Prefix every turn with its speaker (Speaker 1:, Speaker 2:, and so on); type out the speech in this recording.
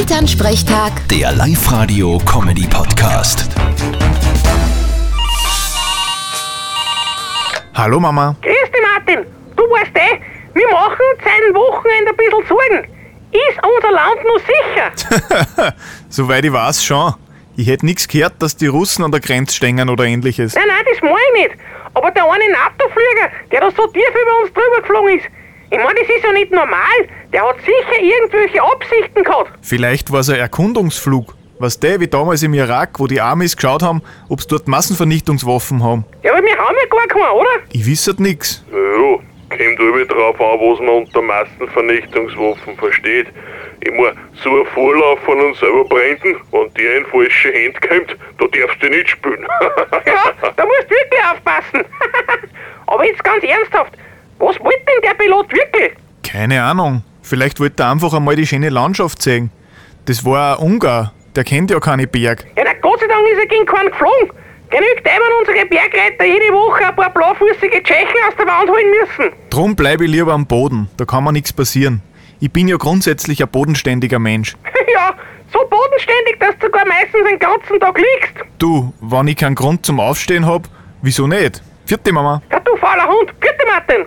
Speaker 1: Elternsprechtag,
Speaker 2: Der Live-Radio-Comedy-Podcast.
Speaker 3: Hallo Mama.
Speaker 4: Grüß dich, Martin. Du weißt eh, wir machen uns seit Wochenende ein bisschen Sorgen. Ist unser Land nur sicher?
Speaker 3: Soweit ich weiß schon. Ich hätte nichts gehört, dass die Russen an der Grenze stehen oder ähnliches.
Speaker 4: nein, nein, das meine ich nicht. Aber der eine NATO-Flieger, der da so tief über uns drüber geflogen ist, ich meine, das ist ja nicht normal. Der hat sicher irgendwelche Absichten gehabt.
Speaker 3: Vielleicht war es ein Erkundungsflug. Was der wie damals im Irak, wo die Amis geschaut haben, ob sie dort Massenvernichtungswaffen haben.
Speaker 4: Ja, aber wir haben ja gar keinen, oder?
Speaker 3: Ich wisse nix.
Speaker 5: Ja, kommt über drauf an, was man unter Massenvernichtungswaffen versteht. Ich mein, so ein Vorlauf von uns selber brennen, wenn dir in falsche Hände kommt, da darfst du nicht spielen.
Speaker 4: Ja, da musst du wirklich aufpassen. aber jetzt ganz ernsthaft, was wollte denn der Pilot wirklich?
Speaker 3: Keine Ahnung. Vielleicht wollte er einfach einmal die schöne Landschaft sehen. Das war ein Ungar. Der kennt ja keine Berg.
Speaker 4: Ja, na Gott sei Dank ist er gegen keinen geflogen. Genügt einmal unsere Bergreiter jede Woche ein paar blaufußige Tschechen aus der Wand holen müssen.
Speaker 3: Drum bleibe ich lieber am Boden. Da kann mir nichts passieren. Ich bin ja grundsätzlich ein bodenständiger Mensch.
Speaker 4: ja, so bodenständig, dass du sogar meistens den ganzen Tag liegst.
Speaker 3: Du, wenn ich keinen Grund zum Aufstehen hab, wieso nicht? Vierte Mama.
Speaker 4: Ja, du fauler Hund. Bitte, Martin.